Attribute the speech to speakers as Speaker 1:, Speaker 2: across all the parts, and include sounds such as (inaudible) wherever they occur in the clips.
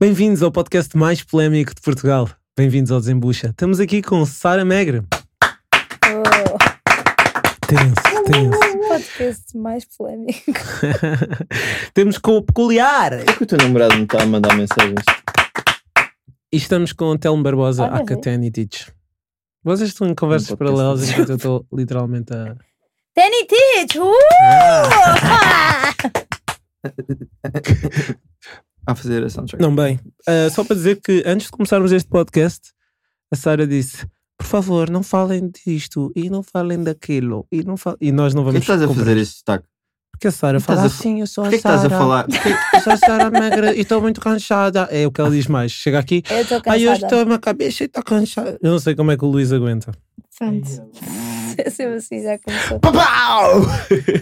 Speaker 1: Bem-vindos ao podcast mais polémico de Portugal. Bem-vindos ao Desembucha. Estamos aqui com Sara Megre.
Speaker 2: Oh,
Speaker 1: Tenso, tenso.
Speaker 2: podcast mais polémico.
Speaker 1: Temos com o Peculiar.
Speaker 3: Por que o teu namorado me está a mandar mensagens?
Speaker 1: E estamos com o Telmo Barbosa,
Speaker 2: Olha,
Speaker 1: Aka
Speaker 2: vê.
Speaker 1: Tani Teach. Vocês estão em conversas
Speaker 3: Um podcast.
Speaker 1: paralelas enquanto eu estou literalmente a.
Speaker 2: Danny Teach! Uh!
Speaker 3: A fazer a soundtrack.
Speaker 1: Não, bem. ah, só para dizer que antes de começarmos este podcast, a Sara disse: Por favor, não falem disto e não falem daquilo. E, não fal... e nós não
Speaker 3: Por
Speaker 1: vamos.
Speaker 3: que estás a
Speaker 1: comprar.
Speaker 3: fazer este destaque?
Speaker 1: Porque a Sara
Speaker 3: Estás
Speaker 1: fala
Speaker 3: a-
Speaker 1: assim, eu sou
Speaker 3: Por
Speaker 1: a
Speaker 3: que
Speaker 1: Sara.
Speaker 3: é que estás a falar?
Speaker 1: (laughs) Eu sou a Sara Magra e estou muito cansada. É o que ela diz mais. Chega aqui.
Speaker 2: (laughs) Eu estou
Speaker 1: Ai, eu
Speaker 2: cansada.
Speaker 1: estou na cabeça e está cansada. Eu não sei como é que o Luís aguenta.
Speaker 2: Pronto. (laughs) Sempre assim já começou.
Speaker 3: Papau!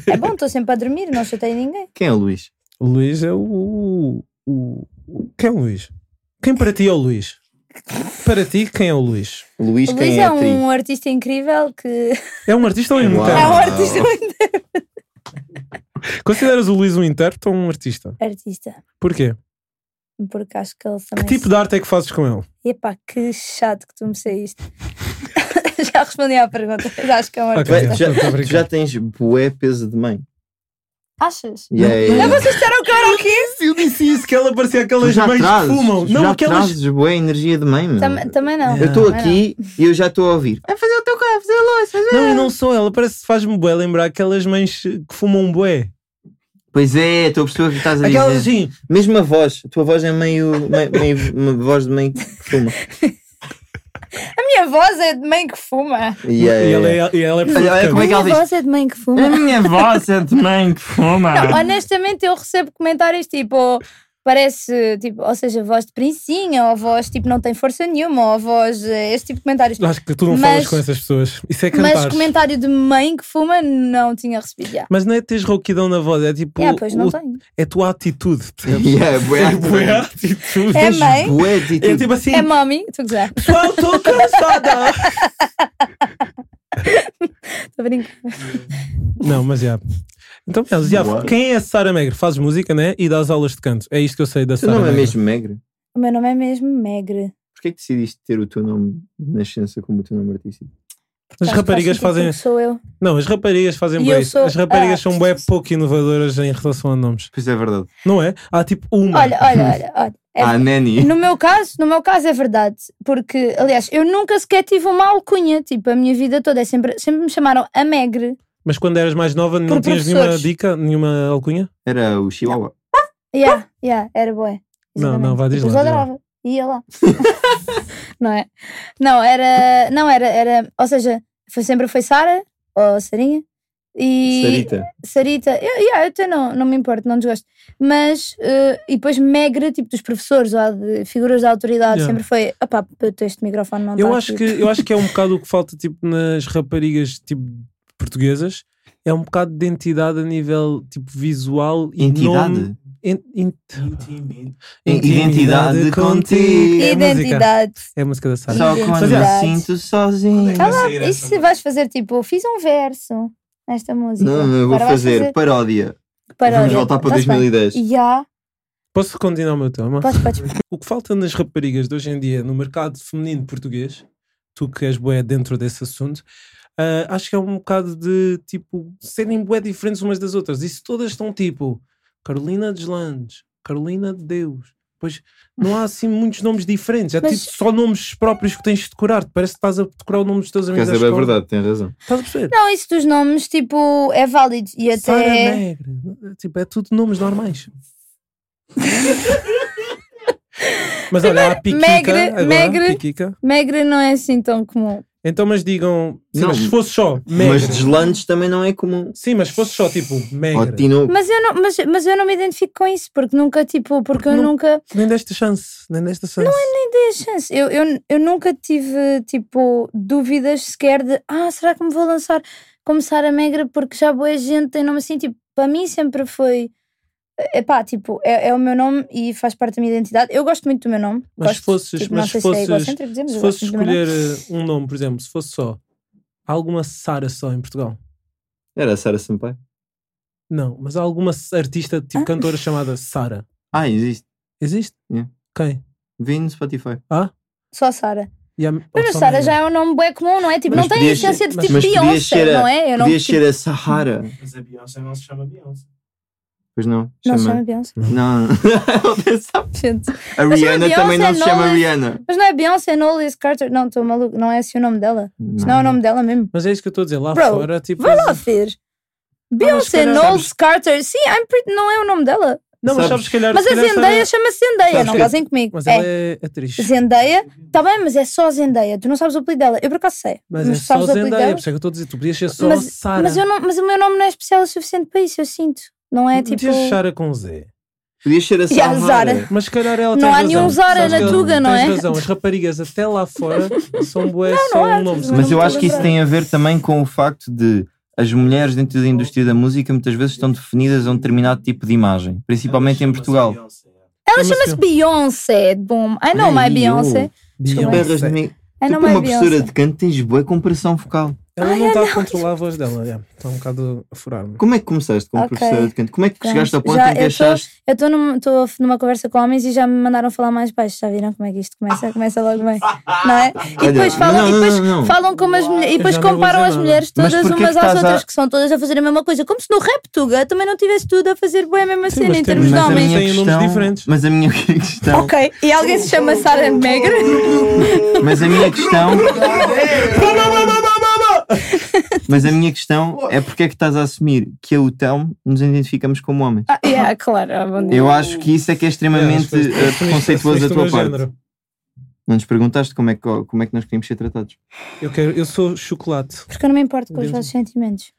Speaker 2: É bom, estou sempre a dormir, não chutei ninguém.
Speaker 3: Quem é o Luís?
Speaker 1: O Luís é o. o, o- quem é o Luís? Quem para ti é o Luís? Para ti, quem é o Luís?
Speaker 3: Luís,
Speaker 2: O Luís
Speaker 3: quem
Speaker 2: é
Speaker 3: é, a ti?
Speaker 2: um artista incrível que.
Speaker 1: É um artista ou um
Speaker 2: (laughs)
Speaker 3: Uau.
Speaker 2: É um
Speaker 1: intérprete?
Speaker 2: artista. muito-
Speaker 1: Consideras o Luís um intérprete ou um artista?
Speaker 2: Artista.
Speaker 1: Porquê?
Speaker 2: Porque acho que ele
Speaker 1: Que
Speaker 2: também.
Speaker 1: tipo de arte é que fazes com ele?
Speaker 2: Epá, que chato que tu me saíste. (laughs) já respondi à pergunta. mas acho que é um
Speaker 1: Ok.
Speaker 2: artista.
Speaker 3: Vai, tu já,
Speaker 1: Estou a brincar.
Speaker 3: tu já tens bué peso de mãe.
Speaker 2: Achas?
Speaker 3: E aí,
Speaker 2: É vocês disseram que eu era o quê?
Speaker 1: Eu disse isso, que ela parecia
Speaker 3: tu
Speaker 1: aquelas
Speaker 3: já
Speaker 1: mães que
Speaker 3: trazes,
Speaker 1: fumam.
Speaker 3: tu
Speaker 1: Não,
Speaker 3: já
Speaker 1: aquelas.
Speaker 3: trazes bué energia de mãe, meu.
Speaker 2: Tam- também não.
Speaker 3: Eu estou
Speaker 2: Também não.
Speaker 3: aqui e eu já estou a ouvir. Vai fazer o teu carro, vai fazer a luz, fazer...
Speaker 1: Não, e não sou ela, parece que faz-me bué lembrar aquelas mães que fumam bué.
Speaker 3: Pois é, estou a perceber o que estás a dizer.
Speaker 1: Aquelas assim.
Speaker 3: Mesmo a voz, a tua voz é meio, meio, meio- uma voz de mãe que fuma.
Speaker 2: A minha voz é de mãe que fuma.
Speaker 3: E aí-
Speaker 1: E ela é, e ela é
Speaker 3: Olha, olha como
Speaker 1: perfeita.
Speaker 3: é que
Speaker 2: a
Speaker 3: ela
Speaker 2: minha
Speaker 3: diz.
Speaker 2: voz é de mãe que fuma.
Speaker 3: minha voz é
Speaker 1: (laughs)
Speaker 3: de mãe que fuma. (laughs)
Speaker 1: Ah.
Speaker 2: Não, honestamente, eu recebo comentários tipo. Parece, tipo, ou seja, voz de princinha, ou voz, tipo, não tem força nenhuma, ou voz, eh, este tipo de comentários.
Speaker 1: Acho que tu não
Speaker 2: Mas-
Speaker 1: falas com essas pessoas. Isso é cantar.
Speaker 2: Mas comentário de mãe que fuma, não tinha recebido já.
Speaker 1: Mas não é teres rouquidão na voz, é tipo.
Speaker 2: Ah, pois não
Speaker 1: o-
Speaker 2: tenho.
Speaker 1: é a tua atitude,
Speaker 3: (laughs)
Speaker 1: percebes?
Speaker 3: Yeah, bué,
Speaker 1: É bué a atitude.
Speaker 2: É mãe,
Speaker 3: Bué de
Speaker 1: É
Speaker 3: atitude.
Speaker 1: tipo assim,
Speaker 2: é mommy, estou a gozar, (laughs)
Speaker 1: pessoal, estou cansada.
Speaker 2: estou a brincar.
Speaker 1: não, mas já. Então, mas, já,
Speaker 3: Boa.
Speaker 1: quem é a Sara Megre? Fazes música, né? E dás aulas de canto. É isto que eu sei da
Speaker 3: O teu
Speaker 1: Sara
Speaker 3: nome é
Speaker 1: Megre.
Speaker 3: mesmo Megre?
Speaker 2: O meu nome é mesmo Megre.
Speaker 3: Porquê é que decidiste ter o teu nome de nascença como o teu nome artístico?
Speaker 1: As
Speaker 2: Acho que faz
Speaker 1: raparigas
Speaker 2: sentido
Speaker 1: fazem.
Speaker 2: porque Sou eu.
Speaker 1: Não, as raparigas fazem
Speaker 2: E
Speaker 1: bué
Speaker 2: eu
Speaker 1: isso.
Speaker 2: sou-
Speaker 1: As raparigas
Speaker 2: Ah.
Speaker 1: são bué pouco inovadoras em relação a nomes.
Speaker 3: Pois é verdade.
Speaker 1: Não é? Há tipo uma.
Speaker 2: Olha, olha, olha, olha. É-
Speaker 3: Ah, Nani.
Speaker 2: No meu caso, no meu caso é verdade, porque, aliás, eu nunca sequer tive uma alcunha, tipo, a minha vida toda, é sempre, sempre me chamaram a Megre.
Speaker 1: Mas quando eras mais nova, não
Speaker 2: Por
Speaker 1: tinhas nenhuma
Speaker 2: professores.
Speaker 1: dica, nenhuma alcunha?
Speaker 3: Era o Chihuahua.
Speaker 2: Yeah, yeah, era bué.
Speaker 1: Não, não,
Speaker 2: Exatamente. Tipo,
Speaker 1: vá, diz
Speaker 2: Depois
Speaker 1: lá, diz lá.
Speaker 2: ladrava. Ia lá. (laughs) não é? Não, era. Não, era. era ou seja, foi, sempre foi Sara, ou Sarinha. E
Speaker 3: Sarita.
Speaker 2: Sarita, eu, yeah, eu até não, não me importo, não desgosto. Mas, eh, e depois Megra, tipo dos professores ou de figuras da autoridade,
Speaker 1: Yeah.
Speaker 2: sempre foi, opá, puto, este microfone não
Speaker 1: Eu
Speaker 2: tá
Speaker 1: acho, que,
Speaker 2: aqui."
Speaker 1: eu acho que é um bocado o que falta tipo, nas raparigas tipo, portuguesas. É um bocado de identidade a nível tipo, visual e nome.
Speaker 3: Entidade.
Speaker 1: En- in-
Speaker 3: Identidade contigo.
Speaker 1: É a música,
Speaker 2: Identidade.
Speaker 1: é a música da Sara.
Speaker 3: Só quando
Speaker 2: Identidade.
Speaker 3: me sinto sozinho.
Speaker 2: Ah lá, e se vais fazer tipo, fiz um verso nesta música.
Speaker 3: Não, não, eu vou
Speaker 2: Agora vais
Speaker 3: fazer paródia.
Speaker 2: paródia.
Speaker 3: Vamos voltar para
Speaker 2: Está-se bem.
Speaker 3: 2010.
Speaker 2: Yeah,
Speaker 1: Posso continuar o meu tema?
Speaker 2: podes, podes.
Speaker 1: O que falta nas raparigas de hoje em dia no mercado feminino português, tu que és boé dentro desse assunto, ah, acho que é um bocado de tipo serem boé diferentes umas das outras. E se todas estão tipo Carolina dos Landes, Carolina de Deus, pois não há assim muitos nomes diferentes, é
Speaker 2: Mas-
Speaker 1: tipo só nomes próprios que tens de decorar. Parece que estás a decorar o nome dos teus amigos.
Speaker 3: Quer
Speaker 1: da
Speaker 3: saber a
Speaker 1: escola.
Speaker 3: é verdade, tem razão.
Speaker 1: Estás a perceber?
Speaker 2: Não, Então, isso dos nomes, tipo, é válido. E
Speaker 1: Sara
Speaker 2: até.
Speaker 1: Negra, tipo, é tudo nomes
Speaker 2: (laughs)
Speaker 1: normais. Mas olha, a Piquica,
Speaker 2: Megre-
Speaker 1: agora,
Speaker 2: Megre-
Speaker 1: Piquica.
Speaker 2: Megre não é assim tão comum.
Speaker 1: Então, mas digam. Sim,
Speaker 3: Não,
Speaker 1: mas se fosse só
Speaker 3: Mas
Speaker 1: Megre.
Speaker 3: deslandes também não é comum.
Speaker 1: Sim, mas se fosse só tipo
Speaker 3: Ó,
Speaker 1: Megre.
Speaker 3: Tino,
Speaker 2: Mas eu, não, mas, mas eu não me identifico com isso, porque nunca, tipo, porque eu
Speaker 1: Não-
Speaker 2: nunca.
Speaker 1: Nem desta chance. Nem desta chance. Não é
Speaker 2: Dei a chance. Eu, eu, eu nunca tive, tipo, dúvidas sequer de. Ah, será que me vou lançar como Sara Megre? Porque já boa gente tem nome assim. Tipo, para mim sempre foi. Epá, tipo, é, é o meu nome e faz parte da minha identidade. Eu gosto muito do meu nome.
Speaker 1: Mas se
Speaker 2: gosto,
Speaker 1: fosses-
Speaker 2: tipo,
Speaker 1: mas
Speaker 2: não
Speaker 1: se
Speaker 2: sei
Speaker 1: fosses-
Speaker 2: se é egocêntrico dizer, mas
Speaker 1: Se
Speaker 2: eu
Speaker 1: fosses
Speaker 2: gosto muito do meu
Speaker 1: escolher eh, um nome, por exemplo, se fosse só. Há alguma Sara só em Portugal?
Speaker 3: era a Sara Sampaio.
Speaker 2: Ah.
Speaker 1: Não, mas há alguma artista, tipo cantora chamada Sara?
Speaker 3: Ah, existe.
Speaker 1: Existe?
Speaker 3: Yeah.
Speaker 1: Quem? Ah?
Speaker 3: Vi no Spotify.
Speaker 2: Só Sara.
Speaker 1: E a- ou
Speaker 2: Mas
Speaker 1: só
Speaker 2: Sara
Speaker 1: Megan?
Speaker 2: já é um nome bem comum, não é? Tipo,
Speaker 3: Mas
Speaker 2: não tem a
Speaker 3: podias ser-
Speaker 2: essência de
Speaker 1: mas-
Speaker 2: tipo
Speaker 3: mas podias
Speaker 2: Beyoncé,
Speaker 3: ser a-
Speaker 2: não é? Eu não,
Speaker 3: Podias
Speaker 2: tipo,
Speaker 3: ser a Sahara.
Speaker 4: Mas a Beyoncé não se chama Beyoncé.
Speaker 3: Pois não.
Speaker 2: não se
Speaker 3: chama.
Speaker 2: chama Beyoncé. (laughs)
Speaker 3: Não. (laughs) Eu pensava-
Speaker 2: Gente.
Speaker 3: a
Speaker 2: Mas
Speaker 3: Rihanna
Speaker 2: chama
Speaker 3: também não se
Speaker 2: Beyoncé,
Speaker 3: chama
Speaker 2: Knowles.
Speaker 3: Rihanna.
Speaker 2: Mas não é Beyoncé, é Knowles Carter. Não, estou maluco, não é assim o nome dela. Isso não é o nome dela mesmo.
Speaker 1: Mas é isso que eu estou a dizer, lá
Speaker 2: Bro,
Speaker 1: fora, tipo.
Speaker 2: Vai lá ver. Beyoncé,
Speaker 1: calhar
Speaker 2: Knowles Carter. Sim, I'm pretty- não é o nome dela.
Speaker 1: Não, mas
Speaker 3: Sabes-
Speaker 1: sabes, se calhar.
Speaker 2: Mas
Speaker 1: se
Speaker 2: a
Speaker 1: calhar
Speaker 2: Zendaya
Speaker 1: Sara-
Speaker 2: chama-se Zendaya,
Speaker 1: Sabes
Speaker 2: não
Speaker 1: que-
Speaker 2: gozem comigo.
Speaker 1: Mas ela
Speaker 2: É.
Speaker 1: é atriz.
Speaker 2: Zendaya, tá bem, mas é só Zendaya. Tu não sabes o apelido dela. Eu por acaso sei.
Speaker 1: Mas é só
Speaker 2: sabes o apelido
Speaker 1: Zendaya, por
Speaker 2: dela?
Speaker 1: isso é que eu estou a dizer, tu podias ser só
Speaker 2: Mas-
Speaker 1: Sara.
Speaker 2: Mas, eu não, mas o meu nome não é especial o suficiente para isso, eu sinto. Não é tipo.
Speaker 1: Metias Sara com Z.
Speaker 3: Podias ser
Speaker 2: E
Speaker 3: a
Speaker 2: a
Speaker 3: Sahara.
Speaker 2: Zara.
Speaker 1: Mas se calhar ela
Speaker 2: Não
Speaker 1: tem
Speaker 2: há
Speaker 1: razão.
Speaker 2: nenhum Zara
Speaker 1: Sabes
Speaker 2: na
Speaker 1: que ela-
Speaker 2: Tuga, não
Speaker 1: tens
Speaker 2: é?
Speaker 1: razão, as raparigas até lá
Speaker 2: (laughs)
Speaker 1: fora são boas,
Speaker 2: não
Speaker 1: só
Speaker 2: há,
Speaker 1: um nome.
Speaker 2: mas
Speaker 3: Mas
Speaker 2: Não
Speaker 3: eu
Speaker 2: me
Speaker 3: acho que isso é
Speaker 2: lembro.
Speaker 3: tem a ver também com o facto de as mulheres dentro da indústria da música muitas vezes estão definidas a um determinado tipo de imagem, principalmente em
Speaker 4: Ela chama-se
Speaker 3: Portugal.
Speaker 4: Beyoncé, é.
Speaker 2: Ela chama-se Beyoncé. Boom. I know my
Speaker 3: Ai, eu.
Speaker 2: Beyoncé.
Speaker 3: Tu
Speaker 2: Beyoncé.
Speaker 3: berras de mim.
Speaker 2: I
Speaker 3: Tu,
Speaker 2: know
Speaker 3: com
Speaker 2: my
Speaker 3: uma professora
Speaker 2: É, Beyoncé.
Speaker 3: de canto, tens boa compressão vocal.
Speaker 1: Ela
Speaker 2: Ai,
Speaker 1: não
Speaker 2: eu
Speaker 1: está
Speaker 2: não-
Speaker 1: a controlar a voz dela, é. está um bocado a furar-me.
Speaker 3: Como é que começaste como
Speaker 2: Ok.
Speaker 3: professora de canto? Como é que
Speaker 2: Pronto.
Speaker 3: chegaste ao ponto
Speaker 2: Já
Speaker 3: em que
Speaker 2: eu tô-
Speaker 3: achaste
Speaker 2: Eu estou numa, tô numa conversa com homens e já me mandaram falar mais baixo. Já viram como é que isto começa? Começa logo bem. Não é? E
Speaker 3: Olha,
Speaker 2: depois falam,
Speaker 3: não,
Speaker 2: e depois
Speaker 3: não, não.
Speaker 2: falam como as mulheres. E depois
Speaker 1: já não vou
Speaker 2: comparam
Speaker 1: dizer
Speaker 2: as
Speaker 1: nada.
Speaker 2: mulheres
Speaker 3: Mas
Speaker 2: todas
Speaker 3: porquê que
Speaker 2: umas às
Speaker 3: estás a-
Speaker 2: outras, que são todas a fazer a mesma coisa. Como se no rap Tuga também não tivesse tudo a fazer bem a mesma
Speaker 1: Sim,
Speaker 2: cena
Speaker 1: mas
Speaker 2: em
Speaker 1: temos-
Speaker 2: termos de
Speaker 1: mas
Speaker 2: homens.
Speaker 1: têm nomes diferentes.
Speaker 3: Mas a minha (laughs) questão,
Speaker 2: Ok, e alguém se chama Sarah Megre?
Speaker 3: mas a minha questão,
Speaker 2: (laughs)
Speaker 3: mas a minha questão é porque é que estás a assumir que eu e o Telmo nos identificamos como homens.
Speaker 2: Ah, yeah, claro, ah, bom dia.
Speaker 3: Eu acho que isso é que é extremamente
Speaker 1: Yeah,
Speaker 3: eh, preconceituoso da
Speaker 1: assumiste o
Speaker 3: tua
Speaker 1: é meu
Speaker 3: parte.
Speaker 1: género.
Speaker 3: Não nos perguntaste como é que, como é que nós queríamos ser tratados.
Speaker 1: Eu, quero, eu sou chocolate.
Speaker 2: Porque eu não me importo com os
Speaker 1: Entendi.
Speaker 2: vossos sentimentos.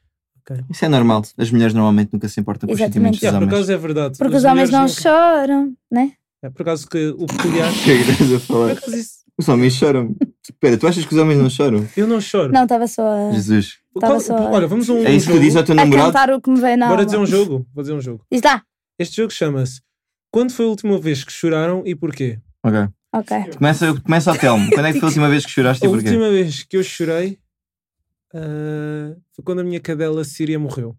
Speaker 3: Isso é normal. As mulheres normalmente nunca se importam com os
Speaker 2: Exatamente.
Speaker 3: sentimentos dos
Speaker 1: Yeah, por
Speaker 3: homens.
Speaker 1: acaso é verdade.
Speaker 2: Porque
Speaker 1: As
Speaker 2: os homens
Speaker 1: mulheres
Speaker 2: não
Speaker 1: nunca-
Speaker 2: choram, né?
Speaker 1: É por acaso que o peculiar.
Speaker 3: O que é que estás a
Speaker 1: Por
Speaker 3: falar?
Speaker 1: acaso isso-
Speaker 3: Os homens choram. Espera, tu achas que os homens não choram?
Speaker 1: Eu não choro.
Speaker 2: Não, estava só a,
Speaker 3: Jesus.
Speaker 1: Qual-
Speaker 2: Tava só-
Speaker 1: Olha, vamos a um.
Speaker 3: É isso que tu
Speaker 1: jogo.
Speaker 3: dizes ao teu
Speaker 2: É. a
Speaker 3: namorado?
Speaker 2: cantar o que me veio na
Speaker 1: Bora
Speaker 2: alma.
Speaker 1: dizer um jogo. Vou dizer um jogo.
Speaker 2: Diz lá.
Speaker 1: Este jogo chama-se Quando foi a última vez que choraram e porquê?
Speaker 3: Ok.
Speaker 2: Ok.
Speaker 3: Começa, começa ao Telmo. Quando é que foi a última vez que choraste
Speaker 1: A
Speaker 3: e porquê?
Speaker 1: última vez que eu chorei ah, foi quando a minha cadela síria morreu.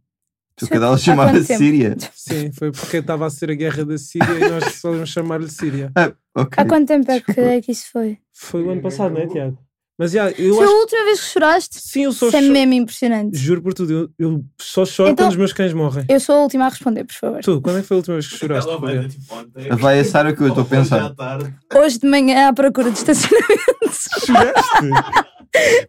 Speaker 3: Tu cadela chamava
Speaker 2: quanto tempo?
Speaker 3: Síria.
Speaker 1: Sim, foi porque estava a ser a guerra da Síria e nós só íamos chamar-lhe Síria.
Speaker 3: Ah, ok.
Speaker 2: Há quanto tempo é que, é que isso foi?
Speaker 1: Foi o ano passado, não é, Tiago? Mas já, eu
Speaker 2: Foi
Speaker 1: acho
Speaker 2: a última vez que
Speaker 1: que
Speaker 2: choraste?
Speaker 1: sim, eu só
Speaker 2: Isso é
Speaker 1: choro.
Speaker 2: mesmo impressionante.
Speaker 1: Juro por tudo, eu, eu só choro
Speaker 2: Então-
Speaker 1: quando os meus cães morrem.
Speaker 2: Eu sou a última a responder, por favor.
Speaker 1: Tu, quando é que foi a última vez que choraste?
Speaker 4: Ela vai
Speaker 1: Porque-
Speaker 4: dar tipo ontem.
Speaker 3: Vai a Sara que eu estou a
Speaker 4: Hoje
Speaker 3: pensar.
Speaker 4: à tarde.
Speaker 2: Hoje de manhã à procura de estacionamentos.
Speaker 1: Choraste?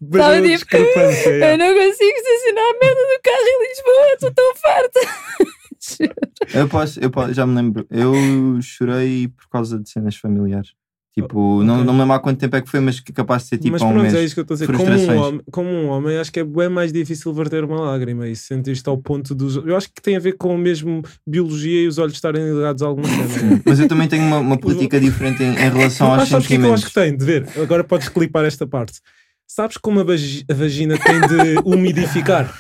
Speaker 1: Mas
Speaker 2: Tava
Speaker 1: é uma
Speaker 2: tipo-
Speaker 1: discrepância, é.
Speaker 2: Eu não consigo estacionar a merda do carro em Lisboa, estou tão farta.
Speaker 3: Eu posso, eu posso, já me lembro. Eu chorei por causa de cenas familiares. Tipo, não,
Speaker 1: ok.
Speaker 3: não me lembro há quanto tempo é que foi, mas que capaz de ser tipo
Speaker 1: Mas
Speaker 3: há um
Speaker 1: pronto,
Speaker 3: mês.
Speaker 1: é isso que eu estou a dizer. Como um,
Speaker 3: Frustrações.
Speaker 1: homem, como um homem, acho que é bem mais difícil verter uma lágrima e sentir-te ao ponto dos. Eu acho que tem a ver com mesmo biologia e os olhos estarem ligados a alguma cena.
Speaker 3: Mas eu também tenho uma, uma política diferente em, em relação
Speaker 1: Mas
Speaker 3: aos
Speaker 1: sabes o que é que eu acho
Speaker 3: sentimentos.
Speaker 1: que tem de ver? Agora podes clipar esta parte. Sabes como a, vagi- a vagina tem
Speaker 3: (laughs)
Speaker 1: de umidificar?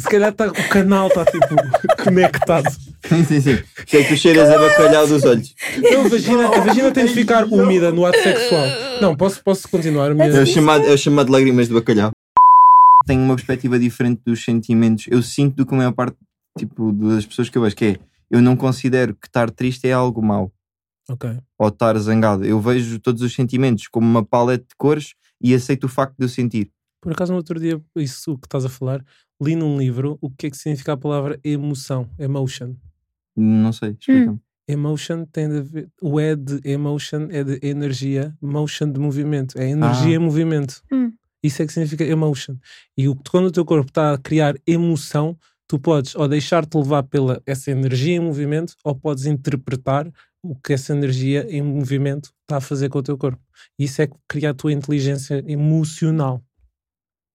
Speaker 1: Se calhar tá- o canal está tipo conectado.
Speaker 3: (laughs) Sim, sim, sim. O que é que tu cheiras a bacalhau dos olhos?
Speaker 1: Não, a, vagina, a vagina tem de ficar úmida no ato sexual. Não, posso, posso continuar a minha.
Speaker 3: É o chamado, é o chamado lágrimas de bacalhau. Tenho uma perspectiva diferente dos sentimentos. Eu sinto do que a maior parte tipo, das pessoas que eu vejo, que é eu não considero que estar triste é algo mau
Speaker 1: Ok.
Speaker 3: ou estar zangado. Eu vejo todos os sentimentos como uma paleta de cores e aceito o facto de eu sentir.
Speaker 1: Por acaso, no outro dia, isso o que estás a falar, li num livro o que é que significa a palavra emoção, emotion.
Speaker 3: Não sei,
Speaker 1: Hum.
Speaker 3: explica-me.
Speaker 1: Emotion tem de ver, o E de emotion é de energia, motion de movimento, é energia em
Speaker 3: Ah.
Speaker 1: movimento.
Speaker 2: Hum.
Speaker 1: Isso é que significa emotion. E o, quando o teu corpo está a criar emoção, tu podes ou deixar-te levar pela essa energia em movimento, ou podes interpretar o que essa energia em movimento está a fazer com o teu corpo. Isso é criar a tua inteligência emocional.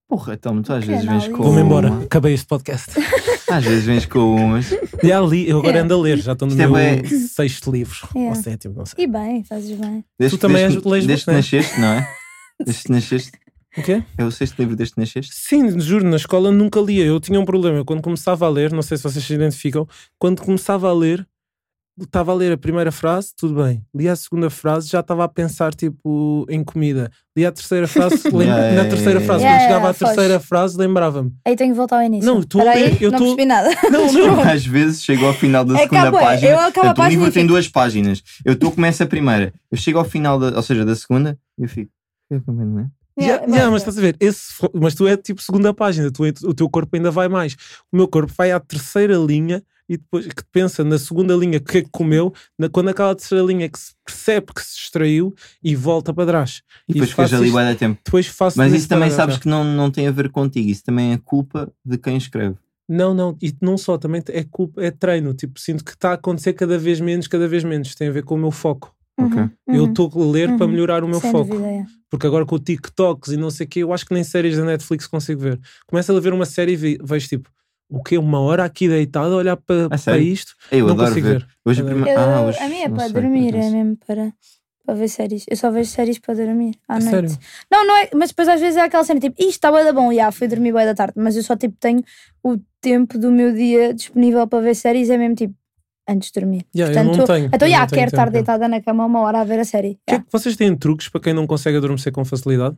Speaker 3: Porra, então tu às
Speaker 2: Que
Speaker 3: vezes vens
Speaker 2: análise.
Speaker 3: com.
Speaker 1: Vou-me embora,
Speaker 3: uma-
Speaker 1: acabei este podcast.
Speaker 3: Às vezes vens com umas.
Speaker 1: E ali, eu agora
Speaker 2: É.
Speaker 1: ando a ler, já estou no
Speaker 3: Isto é
Speaker 1: meu
Speaker 3: bué-
Speaker 1: sexto livro,
Speaker 2: É.
Speaker 1: ou sétimo, não sei.
Speaker 2: (laughs) E bem, fazes bem.
Speaker 3: Desde,
Speaker 1: também
Speaker 3: desde,
Speaker 1: és- lês
Speaker 3: desde que
Speaker 1: bastante.
Speaker 3: nasceste,
Speaker 2: (laughs)
Speaker 3: não é? Desde que nasceste.
Speaker 1: O quê?
Speaker 3: É o sexto livro desde que nasceste?
Speaker 1: Sim, juro, na escola nunca lia. Eu tinha um problema. Eu, quando começava a ler, não sei se vocês se identificam, quando começava a ler, estava a ler a primeira frase, tudo bem. Li a segunda frase, já estava a pensar tipo em comida. Li a terceira frase,
Speaker 2: (laughs)
Speaker 1: lem-
Speaker 3: Yeah, yeah,
Speaker 1: na terceira
Speaker 3: yeah,
Speaker 1: frase,
Speaker 2: É. yeah.
Speaker 1: quando chegava
Speaker 2: Yeah,
Speaker 1: à
Speaker 2: yeah,
Speaker 1: terceira frase, lembrava-me.
Speaker 2: Aí tenho que voltar ao início.
Speaker 1: Não, tu-
Speaker 2: Espera aí,
Speaker 1: eu
Speaker 2: não
Speaker 1: tu-
Speaker 2: percebi nada.
Speaker 1: Não, (laughs) não.
Speaker 3: Às vezes chego ao final da
Speaker 2: (laughs) É que
Speaker 3: segunda
Speaker 2: há bué,
Speaker 3: página.
Speaker 2: eu acabo a
Speaker 3: Portanto, o
Speaker 2: página
Speaker 3: livro
Speaker 2: e
Speaker 3: tem
Speaker 2: fico-
Speaker 3: duas páginas. Eu estou começo a primeira. Eu chego ao final, da, ou seja, da segunda, e eu fico. Eu também não é?
Speaker 1: Yeah,
Speaker 2: Yeah,
Speaker 1: yeah,
Speaker 2: bom.
Speaker 1: mas estás a ver, esse, fo- mas tu é tipo segunda página, tu, é- o teu corpo ainda vai mais. O meu corpo vai à terceira linha e depois que pensa na segunda linha que é que comeu, na, quando aquela terceira linha que se percebe que se distraiu e volta para trás.
Speaker 3: E depois
Speaker 1: faço
Speaker 3: ficas ali
Speaker 1: isto-
Speaker 3: bué da tempo.
Speaker 1: Depois faço
Speaker 3: Mas
Speaker 1: nesse
Speaker 3: isso também
Speaker 1: parágrafo.
Speaker 3: sabes que não, não tem a ver contigo. Isso também é culpa de quem escreve.
Speaker 1: Não, não, e não só, também é culpa, é treino. Tipo, sinto que está a acontecer cada vez menos, cada vez menos. Tem a ver com o meu foco.
Speaker 2: Uhum,
Speaker 1: tá- Eu
Speaker 2: uhum.
Speaker 1: estou a ler para
Speaker 2: uhum.
Speaker 1: melhorar o meu
Speaker 2: Sem
Speaker 1: foco.
Speaker 2: dúvida, é.
Speaker 1: Porque agora com o TikToks e não sei o quê, eu acho que nem séries da Netflix consigo ver. Começo a ver uma série e vi- vejo tipo, o quê? Uma hora aqui deitado a olhar para,
Speaker 3: A
Speaker 1: para
Speaker 3: É sério?
Speaker 1: isto?
Speaker 3: Eu
Speaker 1: não
Speaker 3: adoro
Speaker 1: consigo
Speaker 3: ver.
Speaker 1: ver.
Speaker 3: Hoje a
Speaker 1: Eu-
Speaker 3: prima-
Speaker 2: Eu-
Speaker 3: Ah, hoje-
Speaker 2: a minha é
Speaker 3: não
Speaker 2: para
Speaker 3: sei,
Speaker 2: dormir, é
Speaker 3: acontece.
Speaker 2: mesmo para, para ver séries. Eu só vejo séries para dormir à
Speaker 1: A
Speaker 2: noite.
Speaker 1: sério?
Speaker 2: Não, não é, mas depois às vezes é aquela cena tipo, isto está bem da bom, e ah, fui dormir bem da tarde, mas eu só tipo tenho o tempo do meu dia disponível para ver séries, é mesmo tipo antes de dormir.
Speaker 1: Yeah, eu não
Speaker 2: Portanto,
Speaker 1: tenho.
Speaker 2: Então,
Speaker 1: eu
Speaker 2: já,
Speaker 1: não tenho
Speaker 2: quero estar
Speaker 1: tempo.
Speaker 2: deitada na cama uma hora a ver a série.
Speaker 1: Que é
Speaker 2: Já.
Speaker 1: que vocês têm truques para quem não consegue adormecer com facilidade?